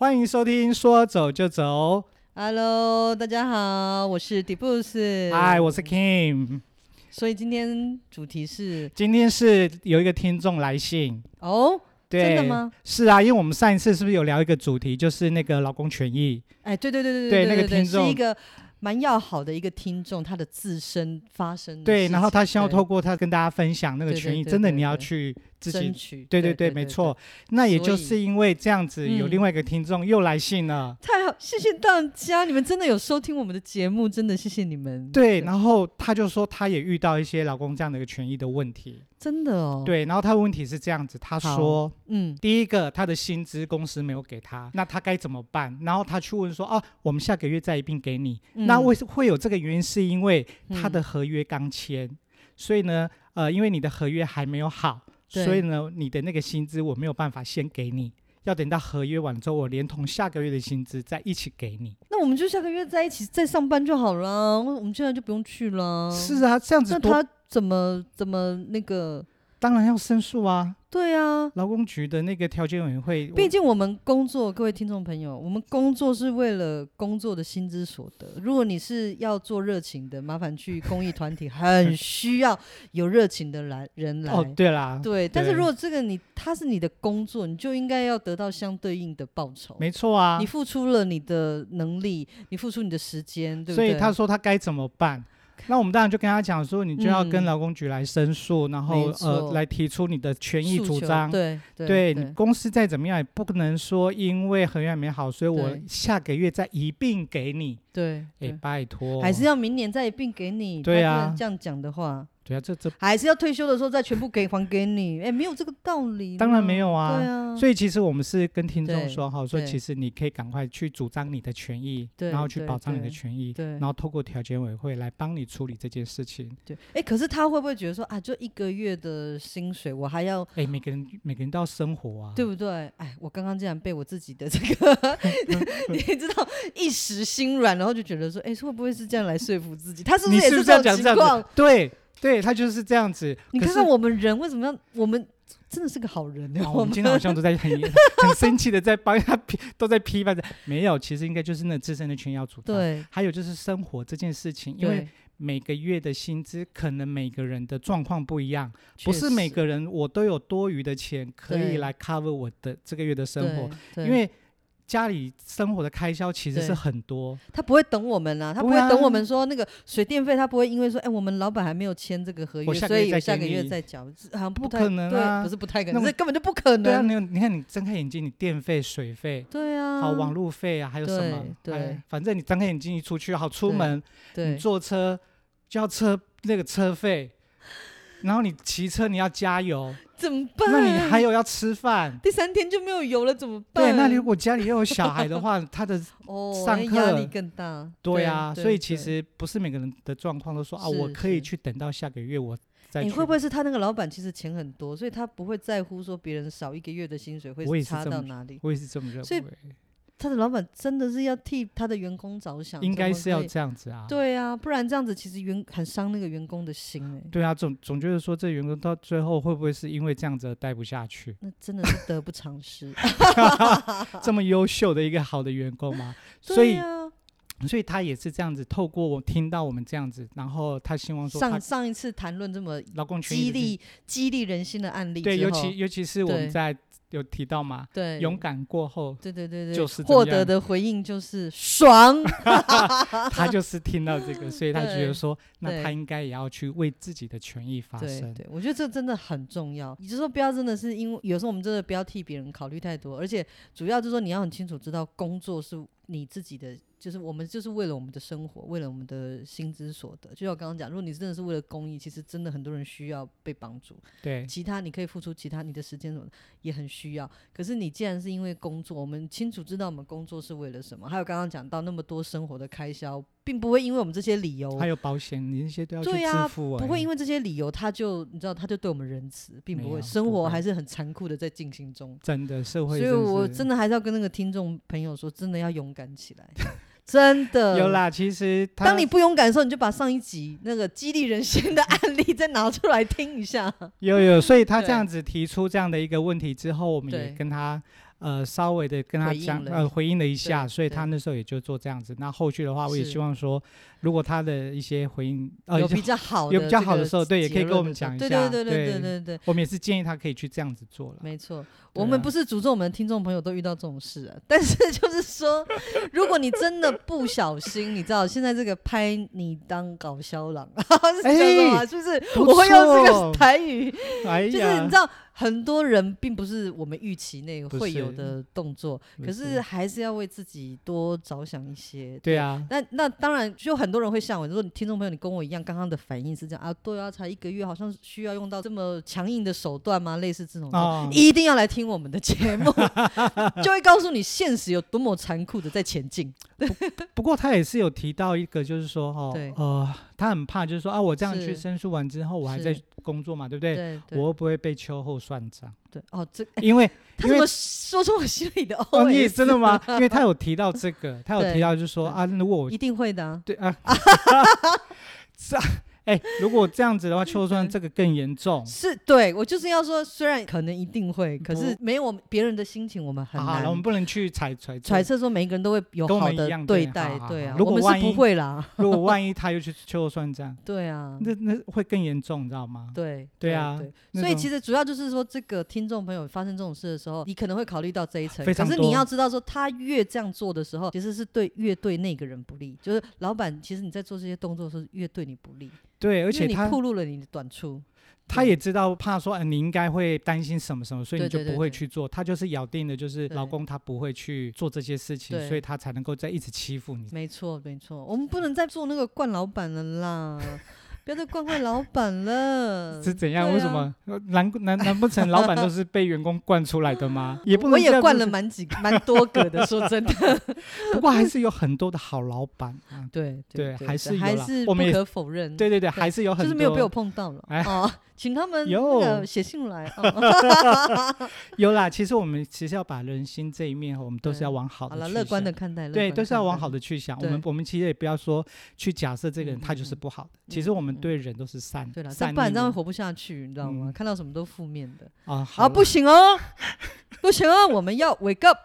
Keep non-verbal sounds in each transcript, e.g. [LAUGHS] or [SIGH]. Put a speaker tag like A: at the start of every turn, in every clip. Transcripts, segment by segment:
A: 欢迎收听《说走就走
B: Hello，大家好，我是 d i b u s》。
A: 嗨，我是 Kim。
B: 所以今天主题是
A: 今天是有一个听众来信，
B: 哦，
A: 对，
B: 真的吗？
A: 是啊，因为我们上一次是不是有聊一个主题，就是那个劳工权益？
B: 哎，对对对
A: 对
B: 对
A: 那个
B: 对对，
A: 听众
B: 是一个蛮要好的一个听众，他的自身发生的
A: 对，
B: 事
A: 然后
B: 情
A: 他希望
B: 嗯对
A: 透过他跟大家分享那个
B: 对对
A: 权益，
B: 对
A: 真的
B: 对
A: 你要
B: 对
A: 去自己
B: 争。取，
A: 对
B: 对
A: 对，没错。。那也就
B: 所以
A: 是因为这样子，有
B: 嗯
A: 另外一个听众又来信了。
B: 太好，谢谢大家，你们真的有收听我们的节目，真的谢谢你们。
A: 对，然后他就说他也遇到一些老公这样的一个权益的问题。
B: 真的哦。，
A: 对，然后他的问题是这样子，他
B: 好
A: 说
B: 嗯，
A: 第一个他的薪资公司没有给他，那他该怎么办？然后他去问说啊，我们下个月再一并给你。那
B: 嗯
A: 为什会有这个原因，是因为他的
B: 嗯
A: 合约刚签，所以呢，呃，因为你的合约还没有好，
B: 对
A: 所以呢，你的那个薪资我没有办法先给你。要等到合约完之后，我连同下个月的薪资再一起给你。
B: 那我们就下个月在一起再上班就好了，我们现在就不用去了。
A: 是啊，这样子
B: 哦那
A: 多
B: 他怎么怎么那个？
A: 当然要申诉啊。
B: 对啊，
A: 劳工局的那个调解委员会，
B: 毕竟我们工作，各位听众朋友，我们工作是为了工作的薪资所得。如果你是要做热情的，麻烦去公益团体，
A: [LAUGHS]
B: 很需要有热情的来人来。
A: 哦，对啦，
B: 对但是
A: 对
B: 如果这个你它是你的工作，你就应该要得到相对应的报酬。
A: 没错啊
B: 你。付出了你的能力，你付出你的时间，对不
A: 所
B: 对？
A: 以他说他该怎么办？那我们当然就跟他讲说，你就要跟
B: 嗯
A: 劳工局来申诉，然后
B: 没
A: 呃
B: 错
A: 来提出你的权益
B: 诉
A: 主
B: 求
A: 张。
B: 对对
A: 对你
B: 对
A: 公司再怎么样，也不能说因为合约还没好，所以我
B: 对
A: 下个月再一并给你。
B: 对
A: 哎，
B: 对，
A: 拜托，
B: 还是要明年再一并给你。
A: 对
B: 他不
A: 啊
B: 能这样讲的话。
A: 对啊，这这
B: 还是要退休的时候再全部给还给你？哎、没有这个道理啦。
A: 当然没有啊
B: 对啊，
A: 所以其实我们是跟听众
B: 对
A: 说哈，说
B: 对
A: 其实你可以赶快去主张你的权益，
B: 对
A: 然后去
B: 对
A: 保障你的
B: 对
A: 权益，
B: 对
A: 然后透过调解委会来帮你处理这件事情。
B: 对，哎、可是他会不会觉得说啊，就一个月的薪水，我
A: [LAUGHS]
B: 还要
A: 哎，每个人每个人都要生活啊，
B: 对不对？哎，我刚刚竟然被我自己的这
A: [LAUGHS]
B: 个，你知道一时心软，然后就觉得说，哎、会不会是这样来说服自己？他是不
A: 你
B: 是也
A: 不是这
B: 这
A: 样
B: 种
A: 讲这
B: 情
A: 样
B: 况
A: 子？？对对，他就是这样子。
B: 你
A: 可
B: 看
A: 是
B: 看我们人为什么要我们真的是个好人呢、
A: 哦我
B: 我
A: 们
B: 们
A: 今天好像都在很很生气的在帮他批，都在批判着。没有，其实应该就是那自身的权益要主张。
B: [LAUGHS] 对
A: 还有就是生活这件事情，因为
B: 对，
A: 每个月的薪资可能每个人的状况不一样，不
B: 确
A: 是每
B: 实
A: 个人我都有多余的钱可以
B: 对
A: 来 cover 我的这个月的生活，，
B: 对对
A: 因为家里生活的开销其实是
B: 对
A: 很多。
B: 他不会等我们啦，他不
A: 对啊
B: 会等我们说那个水电费，他不会因为说，哎、我们老板还没有签这个合
A: 我
B: 约，
A: 下个
B: 所
A: 月
B: 以
A: 再
B: 我下
A: 给
B: 个月
A: 你
B: 再缴，这好像
A: 不
B: 不太
A: 可能啊
B: 对，不是不太可
A: 那
B: 能，
A: 我
B: 这根本就不可
A: 对啊，
B: 能。
A: 你你看你睁开眼睛，你电费、水费，
B: 对啊，
A: 好网路费啊，还有什么？
B: 对
A: 哎
B: 对
A: 反正你张开眼睛一出去，好出
B: 对
A: 门，你
B: 对
A: 坐车就要车那个车费，然后你骑车你要加油，
B: 怎么办？
A: 那你还有要吃饭。
B: 第三天就没有油了，怎么办？
A: 对，那如果家里又有小孩的
B: [LAUGHS]
A: 话，他的
B: 哦，
A: 上
B: 那压
A: 课
B: 力更大。
A: 对啊，
B: 对
A: 所以其。
B: 对
A: 实不是每个人的状况都说啊，我
B: 是
A: 可以
B: 是
A: 去等到下个月我再去。
B: 你会不会是他那个老板其实钱很多，所以他不会在乎说别人少一个月的薪水
A: 我也
B: 会
A: 是
B: 差
A: 这么
B: 到
A: 觉
B: 哪里？
A: 我也是这么认
B: 所以
A: 为，
B: 他的老板真的是要替他的员工着想，
A: 应
B: 怎
A: 该
B: 么
A: 是要
B: 可以
A: 这样子啊。
B: 对啊，不然这样子其实员很伤那个员工的心哎、
A: 对啊，总总觉得说这员工到最后会不会是因为这样子而待不下去？
B: 那真的是得不偿失。
A: [LAUGHS] 这么优秀的一个好的员工吗？ [LAUGHS] 所
B: 对
A: 以，
B: 啊，
A: 所以他也是这样子，透过我听到我们这样子，然后他希望说他
B: 上上一次谈论这么
A: 劳工权益
B: 激
A: 这件
B: 励激励人心的案例之后，
A: 对，尤其尤其是我们
B: 对
A: 在有提到嘛，
B: 对
A: 勇，敢过
B: [LAUGHS]
A: 后，
B: 对对对对，
A: 就是怎么
B: 获得
A: 样
B: 的回应就是爽。
A: 他就是听到这个，所以他觉得
B: 对
A: 说，那
B: 对
A: 他应该也要去为自己的权益发
B: 对
A: 声。
B: 对，我觉得这真的很重要。也就是说，不要真的是因为有时候我们真的不要替别人考虑太多，而且主要就是说你要很清楚知道，工作是你自己的，就是我们就是为了我们的生活，为了我们的薪资所得。就像我刚刚讲，如果你真的是为了公益，其实真的很多人需要被帮助，
A: 对
B: 其他你可以付出其他你的时间什么的也很需要。可是你既然是因为工作，我们清楚知道我们工作是为了什么，还有刚刚讲到那么多生活的开销，并不会因为我们这些理由，
A: 还有保险，你那些都要去
B: 对啊
A: 支付、欸，
B: 不会因为这些理由，他就你知道，他就对我们仁慈，并不
A: 没有
B: 会，生
A: 不
B: 活
A: 会
B: 还是很残酷的在进行中。
A: 真的社
B: 所
A: 会，
B: 以我真的还是要跟那个听众朋友说，真的要勇敢起来，真
A: [LAUGHS]
B: 的
A: 有。啦。其实他
B: 当你不勇敢的时候，你就把上一集那个激励人心的案例再拿出来听一下。
A: 有有，所以他这
B: 对
A: 样子提出这样的一个问题之后，我们也
B: 对
A: 跟他呃稍微的跟他
B: 回应
A: 讲
B: 了
A: 呃
B: 一
A: 回应了一下，
B: 对
A: 所以
B: 对
A: 他那时候也就做这样子。那后续的话，我也
B: 是
A: 希望说，如果他的一些回应呃
B: 有比较好的
A: 有比较
B: 这
A: 好的
B: 个
A: 时候对也
B: 结
A: 可以跟
B: 论
A: 我们
B: 的时
A: 讲
B: 候
A: 一
B: 对
A: 下
B: 对对对
A: 对
B: 对对对。
A: 我们也是建议他可以去这样子做了。
B: 没错，
A: 对
B: 我们
A: 啊
B: 不是诅咒我们的听众朋友都遇到这种事啊，但是 [LAUGHS] 就是说，如果你真的不小心，你知道现在这个拍你当搞笑郎啊是这样说吗？
A: 哎
B: 是不是？
A: 不
B: 我会用这个
A: 错
B: 台语，
A: 哎
B: 就
A: 呀，
B: 是你知道，很多人并不是我们预期内
A: 不
B: 会有
A: 是
B: 的动作，
A: 不
B: 可
A: 是
B: 是还是要为自己多着想一些。
A: 对啊，
B: 那那当然，就很多人会像我，就说你听众朋友，你跟我一样，刚刚的反应是这样啊，对啊，才一个月，好像需要用到这么强硬的手段吗？类似这种，
A: 哦
B: 一定要来听我们的节目， [LAUGHS] 就会告诉你现实有多么残酷的在前进。
A: 不过他也是有提到一个，就是说哈、
B: 对
A: 哦，呃，他很怕，就是说啊，我这样去
B: 是
A: 申诉完之后，我还在
B: 是
A: 工作嘛，对不对？
B: 对对
A: 我会不会被秋后算账？
B: 对，哦，这
A: 因为
B: 他
A: 因
B: 怎
A: 为
B: 么说出我心里的 OS？、
A: 哦，你也真的
B: [LAUGHS]
A: 吗？因为他有提到这个，他有
B: 对
A: 提到就是说
B: 对
A: 啊，如果我
B: 一定会的、啊。
A: 对
B: [LAUGHS]
A: 啊， [LAUGHS] 这哎、如果这样子的话，秋后算账这个更严重。
B: 是对我就是要说，虽然可能一定会，可是
A: 不
B: 没有我们别人的心情，我们很
A: 好好了，我们
B: 难
A: 不能去揣
B: [LAUGHS]
A: 揣测
B: 揣。测说每一个人都会有
A: 跟我
B: 好
A: 们一
B: 的
A: 样
B: 对
A: 对
B: 待
A: 好，好
B: 对啊，
A: 好如
B: 我
A: 果
B: 们
A: 万
B: 是
A: 一
B: 不会啦，
A: 如果万一他又去秋后算账，
B: 对啊，
A: 那那会更严重，你知道吗？
B: 对
A: 对啊
B: 对，
A: 那
B: 所以
A: 种
B: 其实主要就是说，这个听众朋友发生这种事的时候，你可能会考虑到这一层，
A: 非
B: 可
A: 常
B: 是
A: 多
B: 你要知道说，他越这样做的时候，其实是对越对那个人不利，就是老板其实你在做这些动作的时候，越对你不利，
A: 对，而
B: 因为
A: 且
B: 你
A: 他
B: 暴露了你的短处，
A: 他
B: 对
A: 也知道怕说，呃你应该会担心什么什么，所以你
B: 对
A: 就
B: 对对
A: 不会
B: 对
A: 去做。他就是咬定的，就是
B: 对
A: 老公他不会去做这些事情
B: 对，
A: 所以他才能够在一直欺负你。
B: 没错没错，我们不能再做那个惯老板了啦，不要再惯坏老板了，
A: 是怎样？
B: 对啊
A: 为什么？呃难难难不成老板都是被员工惯出来的
B: [LAUGHS]
A: 吗？也不能
B: 我
A: 这
B: 也
A: 样
B: 惯
A: 子
B: 了蛮几蛮多个的，说真的， [LAUGHS]
A: 不过还是有很多的好老板啊。
B: 对
A: 对
B: 对，
A: 还
B: 对
A: 是有
B: 还
A: 啦
B: 是
A: 我
B: 不
A: 们也
B: 可否认，
A: 对对对，还是有哦很
B: 嗯
A: 多，
B: 就是没有被我碰到了
A: 哎
B: 哦，请他们那
A: 有
B: 个写信来
A: [LAUGHS]
B: 哦。
A: 有啦。其实我们其实要把人心这一面，我们都是
B: 对
A: 要往好
B: 好
A: 的
B: 了，
A: 去
B: 乐观
A: 想
B: 的看待，乐
A: 对，
B: 观
A: 都是要
B: 看
A: 往
B: 待
A: 好的去想。我
B: 对
A: 们我们其实也不要说去假设这个人
B: 嗯
A: 他
B: 嗯
A: 就是
B: 嗯
A: 不好的，
B: 嗯
A: 其实我们
B: 嗯
A: 对人都是善，
B: 对了，这
A: 善
B: 不然
A: 意
B: 这样会
A: 的
B: 活不下去，你知道吗？
A: 嗯
B: 看到什么都负面的
A: 啊
B: 啊，
A: 好啦
B: 不行哦，不行哦，我们要 wake up，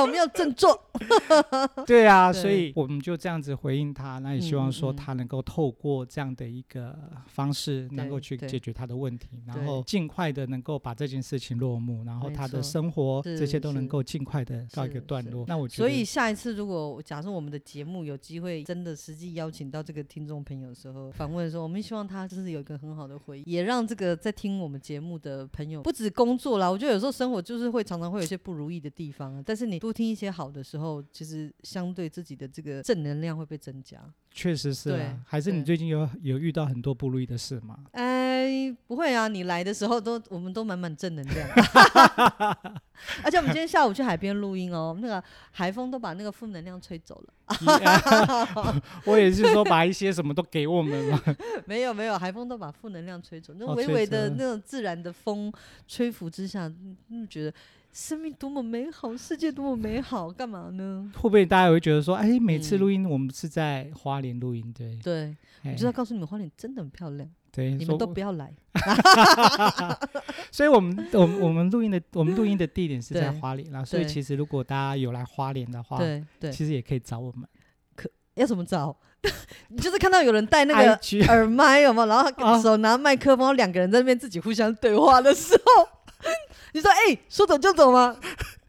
B: 我 [LAUGHS] 们要振作。 [LAUGHS]
A: 对啊，
B: 对
A: 所以我们就这样子回应他，那也希
B: 嗯嗯
A: 望说
B: 嗯
A: 他能够透过这样的一个方式，能够
B: 对
A: 去
B: 对
A: 解决他的问题，
B: 对
A: 然后尽快的能够把这件事情落幕，然后
B: 没
A: 他
B: 错
A: 的生活
B: 是
A: 这些都能
B: 是
A: 够尽快的告一
B: 是
A: 个段
B: 是
A: 落。那我觉
B: 所
A: 得，
B: 以下一次如果假设我们的节目有机会真的实际邀请到这个听众朋友的时候，访问的时候，我们希望他就是有一个很好的回忆，也让这个在听我们节目的朋友，不止工作啦，我觉得有时候生活就是会常常会有一些不如意的地方啊，但是你多听一些好的时候，其实相对自己的这个正能量会被增加。
A: 确实是
B: 对
A: 啊，还是你
B: 对
A: 最近有有遇到很多不如意的事
B: [LAUGHS]
A: 吗？ [LAUGHS]
B: 哎，不会啊，你来的时候都我们都满满正能量， [LAUGHS] 而且我们今天下午去海边录音哦，那个海风都把那个负能量吹走了。
A: 我也是说把一些什么都给我们
B: [LAUGHS]
A: 嘛，
B: 没有没有，海风都把负能量吹走，那
A: 哦
B: 微
A: 吹
B: 微
A: 走
B: 的
A: 了
B: 那种自然的风吹拂之下，嗯嗯，觉得生命多么美好，世界多么美好，干嘛呢？
A: 会不会大家会觉得说，哎，每次
B: 嗯
A: 录音我们是在花莲录音，对，
B: 对，我
A: 哎
B: 就要告诉你们，花莲真的很漂亮，
A: 对，
B: 你
A: 说
B: 们都不要来。
A: 所以我们我
B: [LAUGHS]
A: 们我们录音的我们录音的地点是在
B: 对
A: 花莲啦，所以
B: 对
A: 其实如果大家有来花莲的话，
B: 对对，
A: 其实也可以找我们。
B: 要怎么找？ [LAUGHS] 你就是看到有人戴那个
A: IG
B: [LAUGHS] 耳麦有没有？然后
A: 啊
B: 手拿麦克风，然后两个人在那边自己互相对话的时候， [LAUGHS] 你说：“哎、说走就走吗？”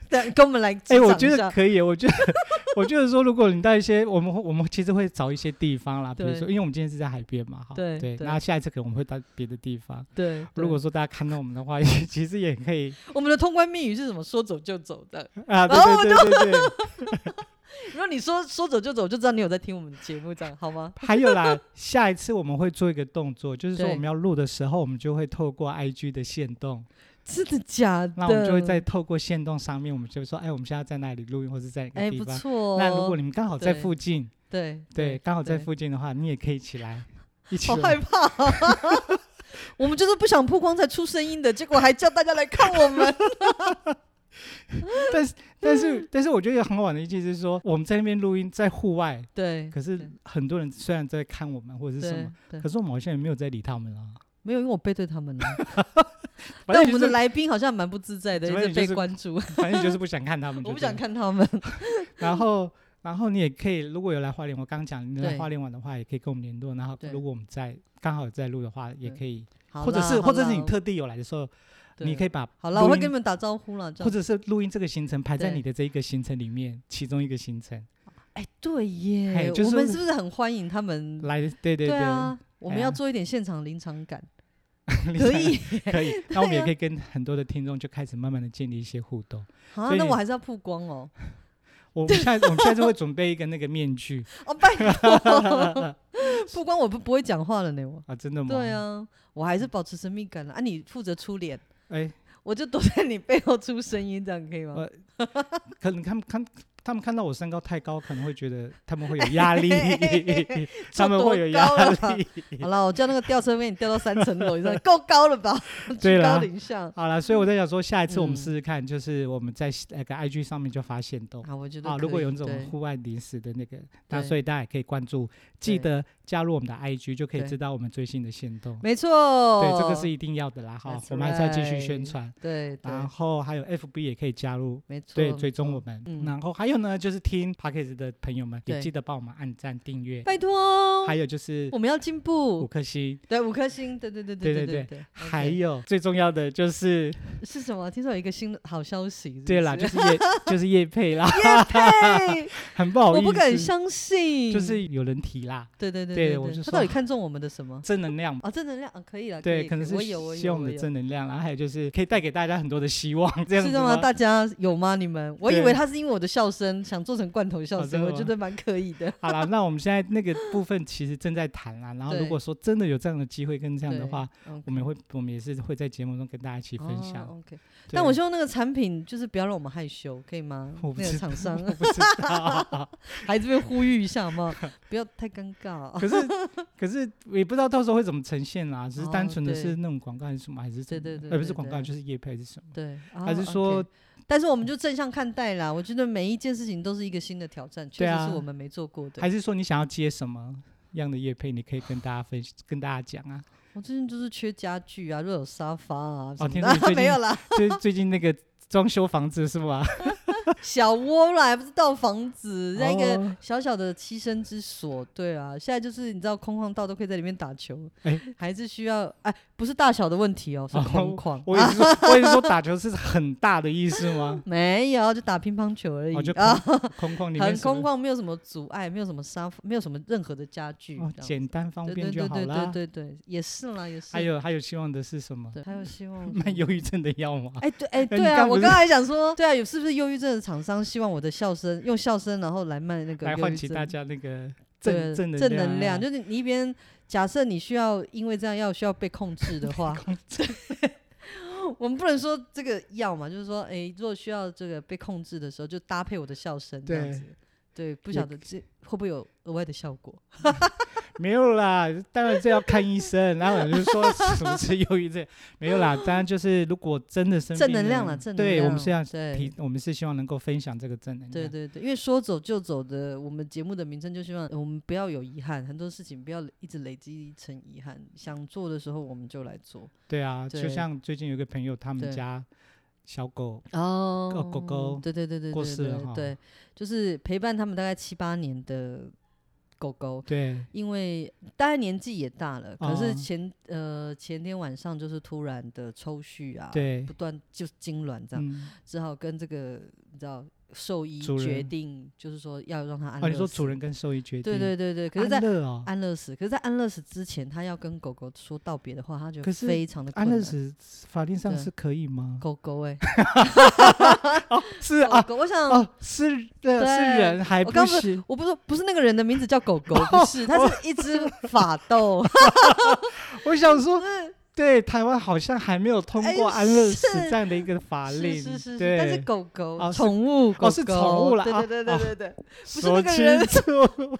B: 对，跟我们来击
A: 哎，
B: 掌一下。
A: 我觉得可以，我觉得 [LAUGHS] 我觉得说，如果你到一些我们会我们其实会找一些地方啦，比如
B: 对
A: 说，因为我们今天是在海边嘛，哈，
B: 对
A: 对，
B: 对
A: 那下一次可能我们会到别的地方。
B: 对，对
A: 如果说大家看到我们的话， [LAUGHS] 也其实也可以
B: 我们的通关密语是什么？说走就走的。
A: 啊，对
B: 然后
A: 对对对
B: [LAUGHS]
A: 对。
B: 如果你说说走就走，就知道你有在听我们的节目，这样好吗？
A: 还有啦，下一次我们会做一个动作，就是说
B: 对
A: 我们要录的时候，我们就会透过 IG 的线动，
B: 真的假的？
A: 那我们就会在透过线动上面，我们就说，哎，我们现在在哪里录音，或是在哪
B: 哎
A: 个地
B: 不
A: 方。
B: 错哦。
A: 那如果你们刚好在
B: 对
A: 附近，
B: 对
A: 对，刚好在
B: 对
A: 附近的话，你也可以起
B: [LAUGHS]
A: 来一起
B: 好害
A: 玩。
B: 怕 [LAUGHS] 哦、我们就是不想曝光才出声音的，结果还叫大家来看我
A: [LAUGHS]
B: 们。
A: 但是，但是我觉得很好玩的一件事是说，我们在那边录音，在户外，
B: 对，
A: 可是
B: 对
A: 很多人虽然在看我们或者是什
B: 对
A: 么，
B: 对
A: 可，是我们好像也没有在理他们啊。
B: 没有，因为我背对他们了。啊
A: 反
B: 但
A: 正
B: 我们
A: 就
B: 的 [LAUGHS]
A: 是
B: 来宾好像蛮不自在的，一
A: 反正
B: 直
A: 你就
B: 被
A: 是
B: 关
A: [LAUGHS]
B: 注。
A: 反正就是不想看他们，
B: 我不想
A: 看。
B: 看他们。
A: 然后，然后你也可以，如果有来花莲，我刚讲你来
B: 对
A: 花莲玩的话，也可以跟我们联络。然后，
B: 对
A: 如果我们在刚好有在录的话，也
B: 对
A: 可以，
B: 好
A: 或者
B: 啦
A: 是或者是你，
B: 好啦
A: 特地有来的时候，你
B: 对
A: 可以把
B: 好了，我
A: 录
B: 会
A: 音
B: 跟你们打招呼了。这
A: 或
B: 样
A: 者是录音这个行程排在
B: 对
A: 你的这一个行程里面，其中一个行程
B: 哎，对耶
A: 嘿，就是
B: 我们是不是很欢迎他们？
A: 来，对对
B: 嗯对
A: 对，
B: 啊，我们
A: 哎呀
B: 要做一点现场临场感，
A: [LAUGHS] 你
B: 可
A: 想
B: 以
A: [LAUGHS] 可
B: [LAUGHS]
A: 以，那我们
B: 对
A: 也
B: 啊
A: 可以跟很多的听众就开始慢慢的建立一些互动。
B: 啊
A: 所？以
B: 那
A: 你
B: 我还是要曝光
A: [LAUGHS]
B: 哦。
A: 我
B: [LAUGHS]
A: 们现在我们现在就会准备一个那个面具
B: 哦，拜托， [LAUGHS] 曝光我不不会讲话了呢，我。
A: 啊，真的吗？
B: 对，啊，我还是保持神秘感了啊！你负责出脸，
A: 哎，
B: 我就躲在你背后出声音，这样可以吗，
A: 呃？可能他们看他们看到我身高太高，可能会觉得他们会有压力他们会有压
B: 这多高
A: 力。
B: 好了，我叫那个吊车给你吊到三层楼以上，够高了吧？
A: 对
B: 居高
A: 啦
B: 临下。
A: 好了，所以我在想说，下一次我们
B: 嗯
A: 试试看，就是我们在那个 IG 上面就发现动。
B: 啊，我觉得
A: 啊，如果
B: 可以
A: 有这
B: 对
A: 种户外临时的那个，那
B: 对
A: 所以大家也可以关注，记
B: 对
A: 得加入我们的 IG 就可以
B: 对
A: 知道我们最新的行动。
B: 没错，
A: 对，这个是一定要的啦，哈
B: That's，
A: 我们还是要继续宣
B: right
A: 传。
B: 对
A: 然
B: 对，
A: 后还有 FB 也可以加入，
B: 没错，
A: 对，
B: 没
A: 追踪
B: 错
A: 我。们。
B: 嗯
A: 然后还有呢，就是听 p a c k a g e 的朋友们也
B: 对
A: 记得帮我们按赞、订阅，
B: 拜托，
A: 还有就是
B: 我们要进
A: 五
B: 步，
A: 颗星。
B: 对，五颗星，对对对对
A: 对
B: 对
A: 对
B: 对，
A: 还
B: OK
A: 有最重要的
B: [LAUGHS]
A: 就是，
B: 是什么？听说有一个新的好消息，是不
A: 对啦，
B: [LAUGHS] 是
A: 就是叶就是叶配
B: [LAUGHS]
A: 啦，
B: 嘿
A: 很不好意
B: 我
A: 思，
B: 不敢相信，
A: 就是有人提啦，
B: 对对对
A: 对
B: 对
A: 我就
B: 他
A: 说
B: 到底看中我们的什么？
A: 正能量，
B: 啊，正能量，啊可以了，
A: 对，
B: 以
A: 可能是
B: 我有我有
A: 希望我们的
B: 有
A: 正能量，然后还有就是可以带给大家很多的希望，这样
B: 是
A: 子
B: 的吗？
A: 吗？
B: 大家有吗？你们？我以
A: 对
B: 为他是因为我的笑声想做成罐头笑
A: 哦真
B: 声，
A: 的
B: 我
A: 吗
B: 觉得蛮可以的。
A: 好啦，那我们现在那个部分其实正在谈啦，然后如
B: 对
A: 果说真的有这样的机会跟这样的
B: 对
A: 话，
B: 嗯，
A: 我们会，我们也是会在节目中跟大家一起分享。
B: 哦，OK。
A: 对
B: 但我希望那个产品就是不要让我们害羞，可以吗
A: 我？不
B: 那个
A: 知
B: 厂商 [LAUGHS]
A: 不知道，
B: 还这边呼吁一下，好不好？不要太尴
A: [LAUGHS]
B: 尬。
A: 可是可是也不知道到时候会怎么呈现啦，只是单
B: 哦
A: 纯的
B: 对
A: 是那种广告还是什么，还是怎
B: 对
A: 么
B: 对对
A: 呃不是
B: 对
A: 广告
B: 对
A: 就是业配还是什么，
B: 对，
A: 还是
B: 哦
A: 说
B: ，OK 但是我们就正向看待啦。我觉得每一件事情都是一个新的挑战，确
A: 对
B: 实
A: 啊
B: 是我们没做过的
A: 还。是说你想要接什么样的业配，你可以跟大家分跟大家讲啊。
B: 我最近就是缺家具啊，又有沙发啊什
A: 哦
B: 么
A: 听
B: 的
A: 说你最近
B: 啊， [LAUGHS] 没有啦，
A: 就是最近那个装修房子是吗？
B: 小窝啦，还不是到房子，在一个
A: 哦
B: 小小的栖身之所。对啊，现在就是你知道空旷到都可以在里面打球
A: 哎，
B: 还是需要哎，不是大小的问题哦，是
A: 哦
B: 空旷。？
A: 我也是说，我也是说打球是很大的意思吗
B: [LAUGHS] 没有，就打乒乓球而已
A: 哦，就
B: 啊，
A: 空空旷里面
B: [LAUGHS] 很
A: 什么
B: 空旷，没有什么阻碍，没有什么沙发，没有什么任何的家具，
A: 哦，
B: 这样
A: 简单方
B: 对
A: 便
B: 对
A: 就
B: 对
A: 好
B: 对
A: 啦
B: 对。对对，也是啦，也是。
A: 还有还有希望的是什么？
B: 对，还有希望
A: [LAUGHS] 卖忧郁症的药吗？
B: [LAUGHS] 哎，对，
A: [LAUGHS]
B: 哎，
A: 你
B: 对啊，
A: 刚不
B: 我
A: 是
B: 刚才想
A: [LAUGHS]
B: 说，对啊，有是不是忧郁症的厂商希望我的笑声，用笑声然后来卖那个
A: 来
B: 忧
A: 唤
B: 郁
A: 起
B: 症
A: 大家那个
B: 对
A: 正正能
B: 正
A: 量啊、
B: 能量，就是你一边假设你需要因为这样要需要被控制的话， [LAUGHS] 我们不能说这个药嘛，就是说，哎，如果需要这个被控制的时候，就搭配我的笑声这样
A: 对
B: 子。对，不
A: 也
B: 晓得这会不会有额外的效果？
A: 没有啦，当然这要看医生。然后有人说什么是忧郁症， [LAUGHS] 没有啦，当然就是如果真的生病
B: 正能量
A: 了
B: 了，正能量。
A: 对我们是要
B: 对
A: 提，我们是希望能够分享这个正能量。
B: 对对对，因为说走就走的，我们节目的名称就希望呃我们不要有遗憾，很多事情不要一直累积成遗憾。想做的时候我们就来做。
A: 对啊，就
B: 对
A: 像最近有一个朋友，他们
B: 对
A: 家小狗
B: 哦
A: 狗狗
B: 对对对对
A: 过
B: 对
A: 世了
B: 对
A: 哈
B: 对，就是陪伴他们大概七八年的狗狗，
A: 对
B: 因为大概年纪也大了，可
A: 哦
B: 是前、呃前天晚上就是突然的抽搐啊，，
A: 对
B: 不，断就痉挛这样，
A: 嗯，
B: 只好跟这个你知道兽医
A: 主
B: 决
A: 人
B: 定，就是说要让它安乐死。
A: 哦，你说主人跟兽医决定，
B: 对对对对，可是，在
A: 安乐哦，
B: 安乐死，可是，在安乐死之前，他要跟狗狗说道别的话，他觉得
A: 可是
B: 非常的
A: 安
B: 困
A: 乐
B: 难。
A: 死法律上
B: 对
A: 是可以吗？
B: 狗狗哎、
A: 是 [LAUGHS] 啊，
B: 狗狗，我想、
A: 哦，是的，
B: 对
A: 是人还
B: 我
A: 不
B: 刚不
A: 行。
B: 我不是不是那个人的名字叫狗
A: [LAUGHS]
B: 狗，不是，它是一只法斗，
A: 我想说，对台湾好像还没有通
B: 嗯哎
A: 过安乐死
B: 是
A: 这样的一个 [LAUGHS] 法令，
B: [LAUGHS] 是是是是，
A: 对，
B: 但是狗狗
A: 哦是
B: 宠物狗狗
A: 哦是宠物啦
B: 对
A: 啊
B: 对对对对对。是
A: 说
B: 那个人
A: 清
B: [LAUGHS]
A: 楚。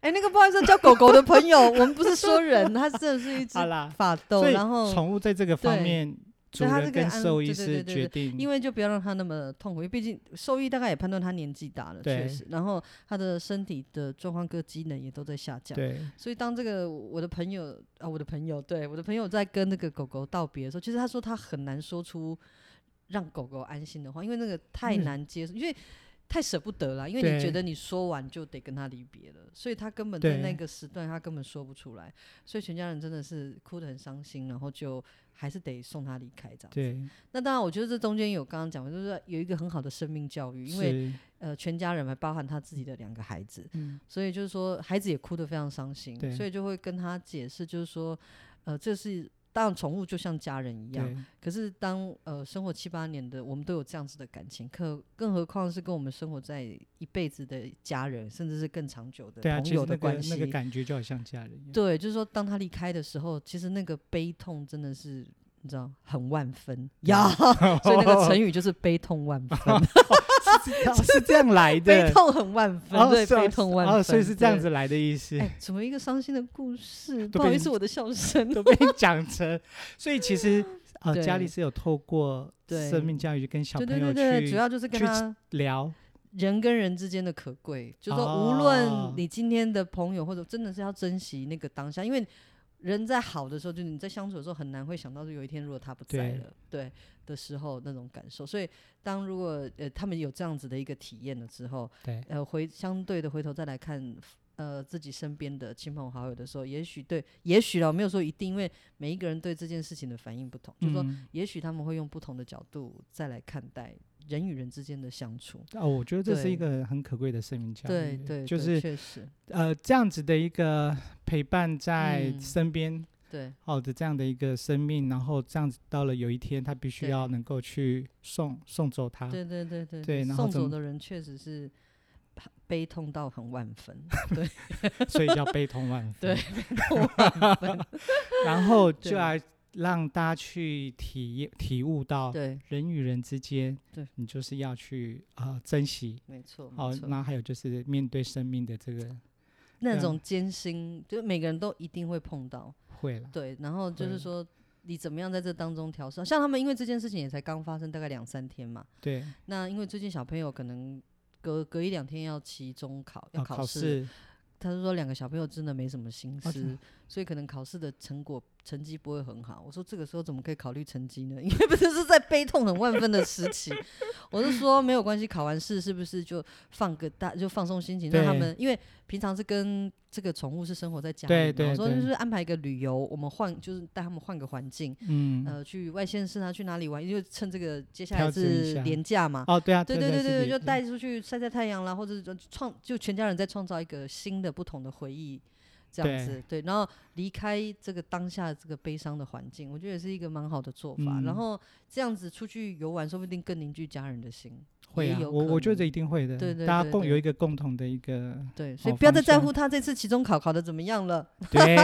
B: 哎，那个不好意思，叫狗狗的 [LAUGHS] 朋友，我们不是说人，它真的是一只 [LAUGHS]
A: 好啦，
B: 法斗，
A: 所以
B: 然后
A: 宠物在这个方
B: 对
A: 面主
B: 对他
A: 人
B: 这个
A: 跟
B: 安
A: 兽医
B: 对
A: 是
B: 对对对
A: 决
B: 对
A: 定，
B: 因为就不要让他那么痛苦，因为毕竟兽医大概也判断他年纪大了，
A: 对
B: 确实，然后他的身体的状况跟机能也都在下降，
A: 对
B: 所以当这个我的朋友啊，我的朋友，对我的朋友在跟那个狗狗道别的时候，其实他说他很难说出让狗狗安心的话，因为那个太
A: 嗯
B: 难接受，因为太舍不得了，因为你觉
A: 对
B: 得你说完就得跟他离别了，所以他根本在
A: 对
B: 那个时段他根本说不出来，所以全家人真的是哭得很伤心，然后就还是得送他离开这样。
A: 对，
B: 那当然，我觉得这中间有刚刚讲的，就是说有一个很好的生命教育，因为
A: 是
B: 呃全家人还包含他自己的两个孩子，
A: 嗯
B: 所以就是说孩子也哭得非常伤心
A: 对，
B: 所以就会跟他解释，就是说呃这是当然宠物就像家人一样，
A: 对
B: 可是当呃生活七八年的我们都有这样子的感情，可更何况是跟我们生活在一辈子的家人，甚至是更长久的
A: 对啊，
B: 朋
A: 其实
B: 友
A: 那
B: 的
A: 个
B: 关
A: 那
B: 系。
A: 个感觉就好像家人一样，
B: 对，就是说，当他离开的时候，其实那个悲痛真的是，你知道，很万分呀。
A: [LAUGHS]
B: 所以那个成语就是悲痛万分，
A: 哦是这样来
B: 悲 [LAUGHS]
A: 的，
B: 痛很万分，
A: 哦
B: 对，
A: 是哦
B: 悲痛万分，
A: 哦，所以是这样
B: 对。
A: 子来的意思，
B: [LAUGHS] 哎，怎么一个伤心的故事？
A: 都
B: 不好
A: 被
B: 意
A: 你
B: 思，我的笑声。
A: 都被你讲成， [LAUGHS] 所以其
B: [LAUGHS]
A: 实呃，
B: 对
A: 家里是有透过
B: 对
A: 生命教育跟小
B: 对
A: 朋
B: 对
A: 友
B: 对对，主
A: 去
B: 要就是跟
A: 去
B: 他
A: 聊，
B: 人跟人之间的可贵，就是说，
A: 哦
B: 无论你今天的朋友，或者真的是要珍惜那个当下，因为人在好的时候，就是你在相处的时候，很难会想到说有一天如果他不在
A: 对
B: 了，对的时候那种感受。所以，当如果呃他们有这样子的一个体验了之后，
A: 对
B: 呃回相对的回头再来看。呃，自己身边的亲朋好友的时候，也许对，也许啦，没有说一定，因为每一个人对这件事情的反应不同，就是说，
A: 嗯
B: 也许他们会用不同的角度再来看待人与人之间的相处。
A: 哦，我觉得这是一
B: 对
A: 个很可贵的生命教
B: 对
A: 育，
B: 对，
A: 就
B: 对
A: 是
B: 确实，
A: 呃这样子的一个陪伴在
B: 嗯
A: 身边。
B: 对
A: 好的这样的一个生命，然后这样子到了有一天，他必须
B: 对
A: 要能够去送送走他，
B: 对对对对
A: 啊对然后
B: 送
A: 怎
B: 走
A: 么
B: 的人确实是悲痛到很万
A: [LAUGHS]
B: 分，
A: 所以叫悲痛万分。 [LAUGHS]
B: 对，悲痛万分，
A: 然后就
B: [LAUGHS] 对
A: 来让大家去体验体悟到
B: 对，
A: 人与人之间，
B: 对
A: 你就是要去呃珍惜。
B: 没错，
A: 好
B: 没，错，
A: 然后还有就是面对生命的这个
B: 那
A: 让
B: 种艰辛，就是每个人都一定会碰到，
A: 会了，
B: 对，然后就
A: 会
B: 是说。你怎么样在这当中调试？像他们，因为这件事情也才刚发生，大概两三天嘛。
A: 对，
B: 那因为最近小朋友可能隔隔一两天要期中考，要
A: 啊考
B: 试了，
A: 试
B: 他就说两个小朋友真的没什么心
A: 哦真
B: 思，
A: 的
B: 所以可能考试的成果成绩不会很好。我说这个时候怎么可以考虑成绩呢？因 [LAUGHS] 为不是是在悲痛很万分的时期，我就说没有关系，考完试是不是就放个大就放松心情，让他
A: 对
B: 们因为平常是跟这个宠物是生活在家里嘛，
A: 对对
B: 我说
A: 对
B: 就是安排一个旅游，我们换就是带他们换个环境，
A: 嗯，
B: 呃，去外县市啊，去哪里玩？因为趁这个接下
A: 调
B: 来
A: 整一
B: 是
A: 下
B: 年假嘛，
A: 哦，对啊，
B: 对
A: 真
B: 对
A: 的
B: 对
A: 是
B: 对，
A: 你
B: 就带出去晒晒太阳啦，或者就创就全家人再创造一个新的不同的回忆，这
A: 对
B: 样子对，然后离开这个当下这个悲伤的环境，我觉得也是一个蛮好的做法。
A: 嗯
B: 然后这样子出去游玩，说不定更凝聚家人的心。
A: 会
B: 也
A: 啊，
B: 有
A: 我
B: 可
A: 我觉得
B: 能
A: 一定会的，
B: 对对
A: 大家
B: 对
A: 共有
B: 对
A: 一个共同的一
B: [LAUGHS]
A: 个
B: 对，所以
A: 好
B: 不要再
A: 方向
B: 在乎他这次期中考考的怎么样了。
A: 对，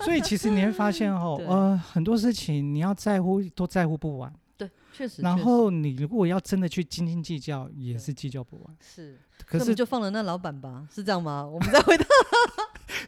A: 所以其实你会发现哦，
B: [LAUGHS] 对
A: 呃，很多事情你要在乎都在乎不完，
B: 对，确实。
A: 然
B: 确实
A: 后你如果要真的去斤斤计较，也
B: 对
A: 是计较不完。
B: 是，
A: 可
B: 那我们
A: 是，
B: 就放了那老板吧，是这样吗？我们
A: [LAUGHS]
B: 再回到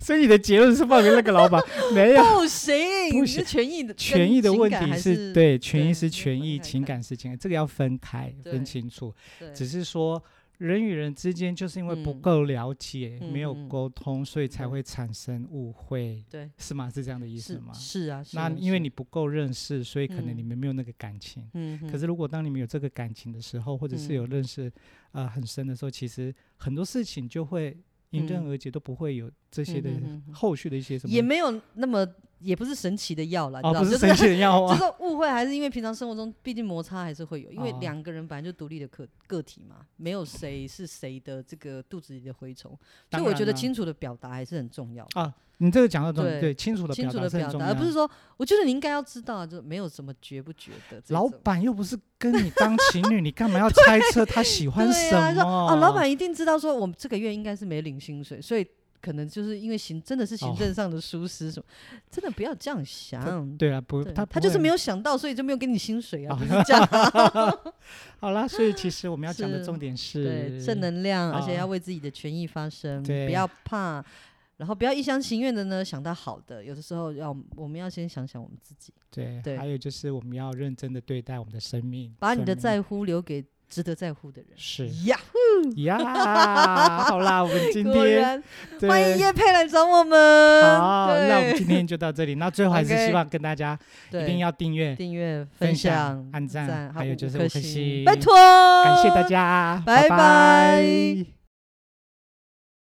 A: 所以你的结论是放给那个老板没
B: [LAUGHS]
A: 有？
B: 不行，
A: 啊不
B: 你是权益的
A: 权益的
B: 跟情
A: 问
B: 感
A: 题
B: 还
A: 是
B: 是
A: 对，权益
B: 对
A: 是
B: 要
A: 权
B: 分
A: 益，
B: 开
A: 情
B: 看
A: 感是情感，这个要分开分
B: 对
A: 清楚。
B: 对
A: 只是说人与人之间就是因为不
B: 嗯
A: 够了解，没有
B: 嗯嗯嗯
A: 沟通，所以才
B: 对
A: 会产生误会，
B: 对
A: 是吗？是这样的意思
B: 是
A: 吗？
B: 是啊，是
A: 那
B: 啊
A: 因为
B: 是
A: 你不够认识，所以可能你
B: 嗯
A: 们没有那个感情。
B: 嗯哼，
A: 可是如果当你们有这个感情的时候，或者是有
B: 嗯
A: 认识、呃很深的时候，其实很多事情就会迎刃
B: 嗯
A: 而解，都不会有这些的
B: 嗯哼哼哼
A: 后续的一些什么
B: 也没有那么，也不是神奇的药啦，你
A: 哦，
B: 知道
A: 不
B: 吗，
A: 是
B: 就是
A: 神奇的药
B: [LAUGHS] 就
A: 啊，
B: 是误会，还是因为平常生活中，毕竟摩擦还是会有，因为
A: 哦
B: 两个人本来就独立的个个体嘛，没有谁是谁的这个肚子里的蛔虫，所以
A: 当
B: 我
A: 然
B: 觉得
A: 啦
B: 清楚的表达还是很重要的。
A: 啊，你这个讲到重点，
B: 对
A: 对，清楚的
B: 清
A: 表
B: 楚
A: 达
B: 的
A: 是很
B: 表
A: 重
B: 达，
A: 要
B: 而不是。说，我觉得你应该要知道，就没有什么觉不觉的这
A: 老
B: 种
A: 板又不是跟你
B: [LAUGHS]
A: 当情侣，你干嘛要猜测他喜欢
B: 对
A: 什
B: 啊，
A: 么？
B: 说哦，老板一定知道，说我们这个月应该是没领薪水，所以可能就是因为行真的是
A: 哦
B: 行政上的疏失什么，真的不要这样想。
A: 对啊，不，
B: 对
A: 他
B: 他就是没
A: 有。
B: 有 [LAUGHS] 想到，所以就没有给你薪
A: [LAUGHS]
B: 水啊，
A: 哦
B: 不是这样啊、
A: [LAUGHS] 好啦，所以其实我们要讲的
B: 是
A: 重点是
B: 对，正能量，而且
A: 啊
B: 要为自己的权益发声，
A: 对
B: 不要怕。然后不要一厢情愿的呢想到好的，有的时候要我们要先想想我们自己，
A: 对，
B: 对
A: 还有就是我们要认真的对待我们的生命，
B: 把你的
A: 生命
B: 在乎留给值得在乎的人。
A: 是
B: 呀，
A: 呀，
B: [LAUGHS]
A: 好啦，我们今
B: 果
A: 天
B: 然
A: 对
B: 欢迎叶佩来找我们。
A: 好，那我们
B: 对
A: 今天就到这里。那最后还是
B: OK
A: 希望跟大家一
B: 对
A: 定要订阅、
B: 订阅、
A: 分
B: 享、
A: 按赞，
B: 赞，
A: 还有就是
B: 五颗
A: 五颗星，
B: 拜托，
A: 感谢大，家，
B: 拜
A: 拜
B: 拜